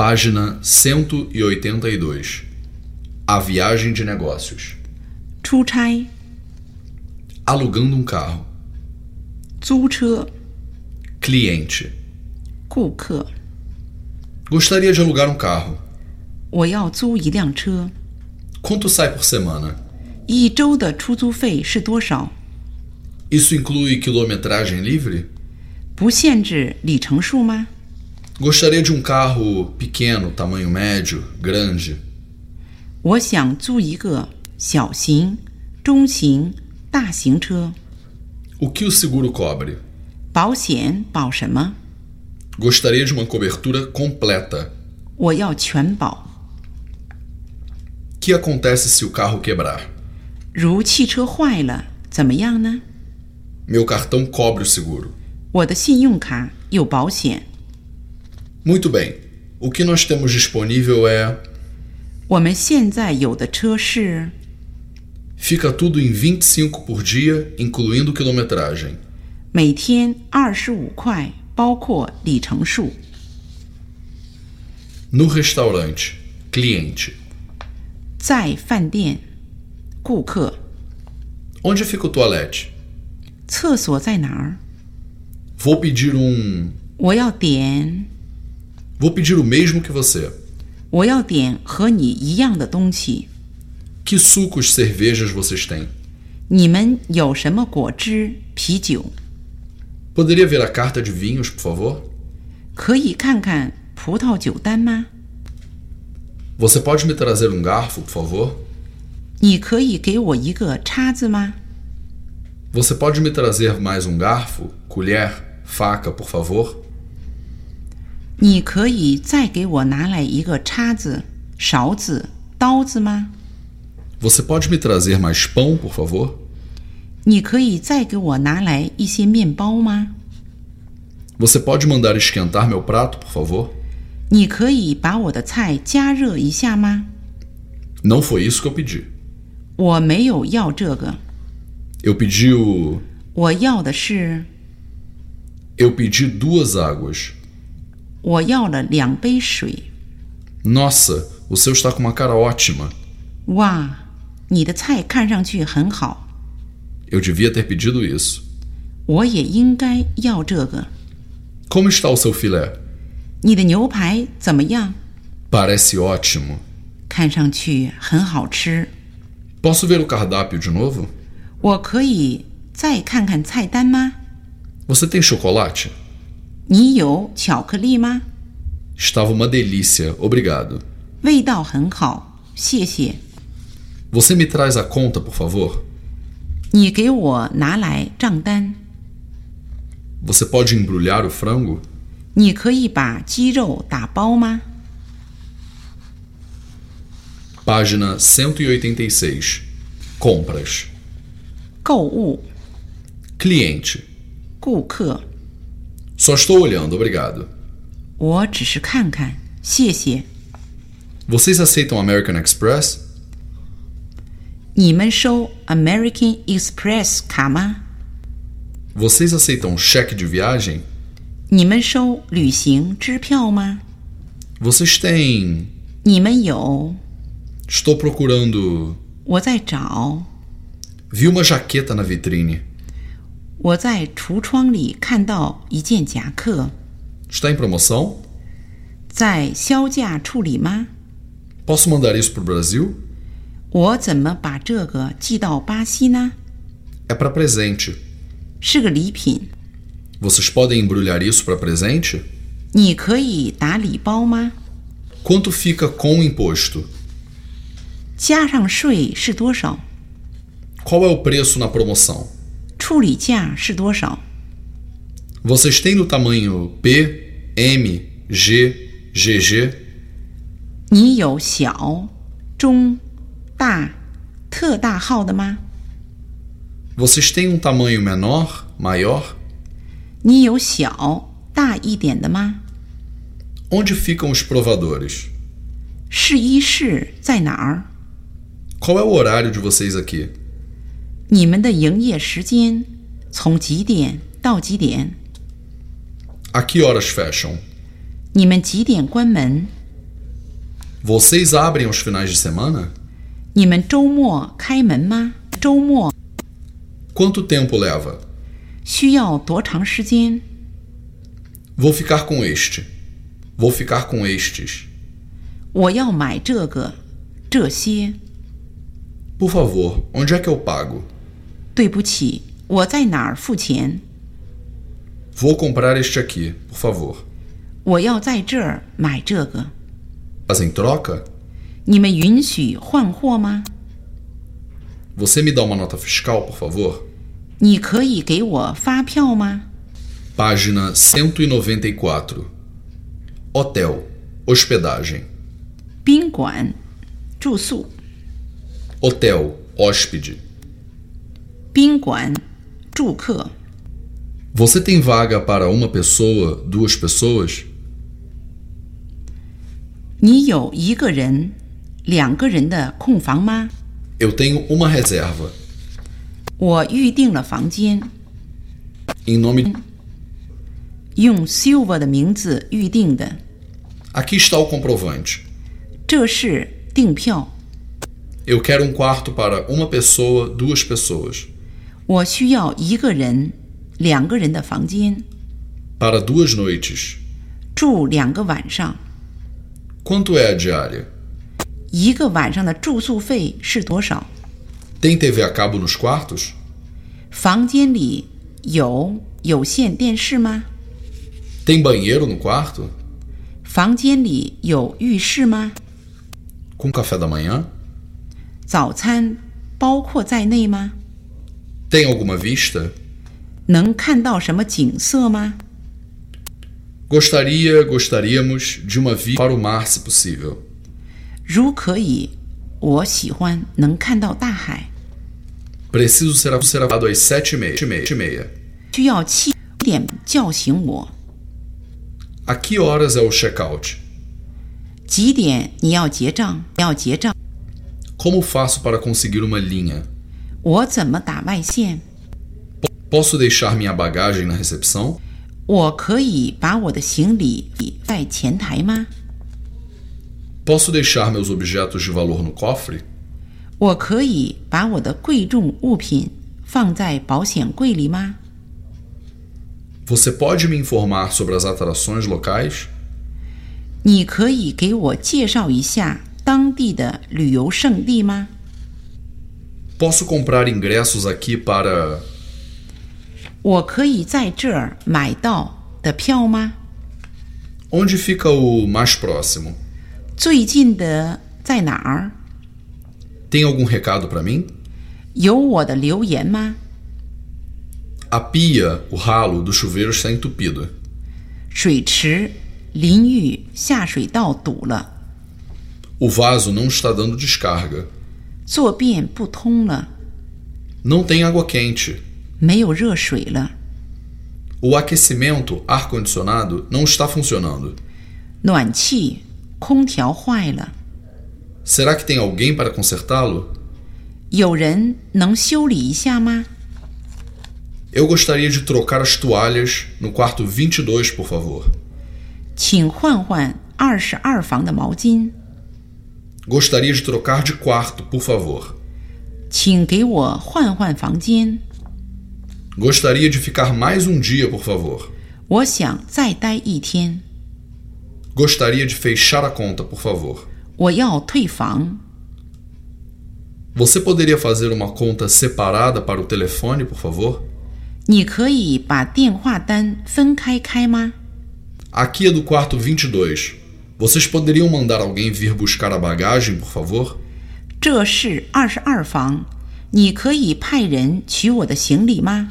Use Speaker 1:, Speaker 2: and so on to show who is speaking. Speaker 1: Página 182. A viagem de negócios.
Speaker 2: 出差、
Speaker 1: Alugando um carro.
Speaker 2: 租车、
Speaker 1: Cliente.
Speaker 2: 顾客。
Speaker 1: Gostaria de alugar um carro.
Speaker 2: 我要租一辆车，
Speaker 1: Quanto sai por semana?
Speaker 2: 一周的出租费是多少？
Speaker 1: Isso inclui quilometragem livre?
Speaker 2: 不限制里程数吗？
Speaker 1: Gostaria de um carro pequeno, tamanho médio, grande.
Speaker 2: 我想租一个小型、中型、大型车，
Speaker 1: O que o seguro cobre?
Speaker 2: 保险保什么？
Speaker 1: Gostaria de uma cobertura completa.
Speaker 2: 我要全保，
Speaker 1: Que acontece se o carro quebrar?
Speaker 2: 如汽车坏了怎么样呢？
Speaker 1: Meu cartão cobre o seguro.
Speaker 2: 我的信用卡有保险，
Speaker 1: Muito bem. O que nós temos disponível é.
Speaker 2: 我们现在有的车是
Speaker 1: Fica tudo em 25 por dia, incluindo quilometragem.
Speaker 2: 每天二十五块，包括里程数。
Speaker 1: No restaurante, cliente.
Speaker 2: 在饭店，顾客，
Speaker 1: Onde fica o toalete?
Speaker 2: 厕所在哪儿？
Speaker 1: Vou pedir um.
Speaker 2: 我要点，
Speaker 1: Vou pedir o mesmo que você.
Speaker 2: 我要点和你一样的东西。
Speaker 1: Que sucos, cervejas vocês têm?
Speaker 2: 你们有什么果汁、啤酒？
Speaker 1: Poderia ver a carta de vinhos, por favor?
Speaker 2: 可以看看葡萄酒单吗？
Speaker 1: Você pode me trazer um garfo, por favor?
Speaker 2: 你可以给我一个叉子吗？
Speaker 1: Você pode me trazer mais um garfo, colher, faca, por favor?
Speaker 2: 你可以再给我拿来一个叉子、勺子、刀子吗？
Speaker 1: Você pode me trazer mais pão, por favor?
Speaker 2: 你可以再给我拿来一些面包吗？
Speaker 1: Você pode mandar esquentar meu prato, por favor?
Speaker 2: 你可以把我的菜加热一下吗？
Speaker 1: Não foi isso que eu pedi.
Speaker 2: 我没有要这个，
Speaker 1: Eu pedi o.
Speaker 2: 我要的是
Speaker 1: Eu pedi duas águas.
Speaker 2: 我要了两杯水。
Speaker 1: Nossa, o seu está com uma cara ótima.
Speaker 2: 哇，你的菜看上去很好，
Speaker 1: Eu devia ter pedido isso.
Speaker 2: 我也应该要这个。
Speaker 1: Como está o seu filé?
Speaker 2: 你的牛排怎么样？
Speaker 1: Parece ótimo.
Speaker 2: 看上去很好吃。
Speaker 1: Posso ver o cardápio de novo?
Speaker 2: 我可以再看看菜单吗？
Speaker 1: Você tem chocolate?
Speaker 2: 你有巧克力吗？
Speaker 1: Estava uma delícia, obrigado.
Speaker 2: 味道很好，谢谢。
Speaker 1: Você me traz a conta, por favor?
Speaker 2: 你给我拿来账单。
Speaker 1: Você pode embrulhar o frango?
Speaker 2: 你可以把鸡肉打包吗？
Speaker 1: Página 186. Compras.
Speaker 2: 购物、
Speaker 1: Cliente.
Speaker 2: 顾客，
Speaker 1: Só estou olhando, obrigado.
Speaker 2: 我只是看看，谢谢。
Speaker 1: Vocês aceitam American Express?
Speaker 2: 你们收 American Express 卡吗？
Speaker 1: Vocês aceitam cheque de viagem?
Speaker 2: 你们收旅行支票吗？
Speaker 1: Vocês têm.
Speaker 2: 你们有？
Speaker 1: Estou procurando.
Speaker 2: 我在找，
Speaker 1: Vi uma jaqueta na vitrine.
Speaker 2: 我在橱窗里看到一件夹克，
Speaker 1: Está em promoção?
Speaker 2: 在销价处理吗？
Speaker 1: Posso mandar isso para o Brasil?
Speaker 2: 我怎么把这个寄到巴西呢？
Speaker 1: É para presente.
Speaker 2: 是个礼品，
Speaker 1: Vocês podem embrulhar isso para presente?
Speaker 2: 你可以打礼包吗？
Speaker 1: Quanto fica com o imposto?
Speaker 2: 加上税是多少？
Speaker 1: Qual é o preço na promoção?
Speaker 2: 处理价是多少？
Speaker 1: Vocês têm do tamanho P, M, G, GG?
Speaker 2: 你有小、中、大、特大号的吗？
Speaker 1: Vocês têm um tamanho menor, maior?
Speaker 2: 你有小、大一点的吗？
Speaker 1: Onde ficam os provadores?
Speaker 2: 试衣室在哪儿？
Speaker 1: Qual é o horário de vocês aqui?
Speaker 2: 你们的营业时间从几点到几点？
Speaker 1: A que horas fecham?
Speaker 2: 你们几点关门？
Speaker 1: Vocês abrem aos finais de semana?
Speaker 2: 你们周末开门吗？周末
Speaker 1: Quanto tempo leva?
Speaker 2: 需要多长时间？
Speaker 1: Vou ficar com este. Vou ficar com estes.
Speaker 2: 我要买这个，这些。
Speaker 1: Por favor, onde é que eu pago?
Speaker 2: 对不起，我在哪儿付钱？
Speaker 1: Vou comprar este aqui, por favor.
Speaker 2: 我要在这儿买这个。
Speaker 1: Fazem troca?
Speaker 2: 你们允许换货吗？
Speaker 1: Você me dá uma nota fiscal, por favor?
Speaker 2: 你可以给我发票吗？
Speaker 1: Página 194. Hotel. Hospedagem.
Speaker 2: 宾馆、住宿、
Speaker 1: Hotel. Hóspede.
Speaker 2: 宾馆、住客。
Speaker 1: Você tem vaga para uma pessoa, duas pessoas?
Speaker 2: 你有一个人、两个人的空房吗？
Speaker 1: Eu tenho uma reserva.
Speaker 2: 我预定了房间，
Speaker 1: Em nome.
Speaker 2: 用 Silver 的名字预定的，
Speaker 1: Aqui está o comprovante.
Speaker 2: 这是订票。
Speaker 1: Eu quero um quarto para uma pessoa, duas pessoas.
Speaker 2: 我需要一个人、两个人的房间，
Speaker 1: Para duas noites.
Speaker 2: 住两个晚上。
Speaker 1: Quanto é a diária?
Speaker 2: 一个晚上的住宿费是多少？
Speaker 1: Tem TV a cabo nos quartos?
Speaker 2: 房间里有有线电视吗？
Speaker 1: Tem banheiro no quarto?
Speaker 2: 房间里有浴室吗？
Speaker 1: Com café da manhã?
Speaker 2: 早餐包括在内吗？
Speaker 1: Tem alguma vista?
Speaker 2: 能看到什么景色吗？
Speaker 1: Gostaria, gostaríamos de uma vista para o mar, se possível.
Speaker 2: 如可以，我喜欢能看到大海。
Speaker 1: Preciso ser avisado às sete e meia. sete e meia- sete e meia.
Speaker 2: 需要七点叫醒我。
Speaker 1: A que horas é o check-out?
Speaker 2: 几点你要结账？要结账？
Speaker 1: Como faço para conseguir uma linha?
Speaker 2: 我怎么打外线？
Speaker 1: Posso deixar minha bagagem na recepção?
Speaker 2: 我可以把我的行李在前台吗？
Speaker 1: Posso deixar meus objetos de valor no cofre?
Speaker 2: 我可以把我的贵重物品放在保险柜里吗？
Speaker 1: Você pode me informar sobre as atrações locais?
Speaker 2: 你可以给我介绍一下当地的旅游胜地吗？
Speaker 1: Posso comprar ingressos aqui para.
Speaker 2: 我可以在这儿买到的票吗？
Speaker 1: Onde fica o mais próximo?
Speaker 2: 最近的在哪儿？
Speaker 1: Tem algum recado para mim?
Speaker 2: 有我的留言吗？
Speaker 1: A pia, o ralo do chuveiro está entupido.
Speaker 2: 水池、淋浴、下水道堵了，
Speaker 1: O vaso não está dando descarga.
Speaker 2: 坐便不通了，
Speaker 1: Não tem água quente.
Speaker 2: 没有热水了，
Speaker 1: O aquecimento, ar-condicionado, não está funcionando.
Speaker 2: 暖气、空调坏了，
Speaker 1: Será que tem alguém para consertá-lo?
Speaker 2: 有人能修理一下吗？
Speaker 1: Eu gostaria de trocar as toalhas no quarto 22, por favor.
Speaker 2: 请换换二十二房的毛巾，
Speaker 1: Gostaria de trocar de quarto, por favor.
Speaker 2: 请给我换换房间，
Speaker 1: Gostaria de ficar mais um dia, por favor.
Speaker 2: 我想再待一天，
Speaker 1: Gostaria de fechar a conta, por favor.
Speaker 2: 我要退房，
Speaker 1: Você poderia fazer uma conta separada para o telefone, por favor?
Speaker 2: 你可以把电话单分开开吗？
Speaker 1: Aqui é do quarto 22. Vocês poderiam mandar alguém vir buscar a bagagem, por favor?
Speaker 2: 这是二十二房，你可以派人取我的行李吗？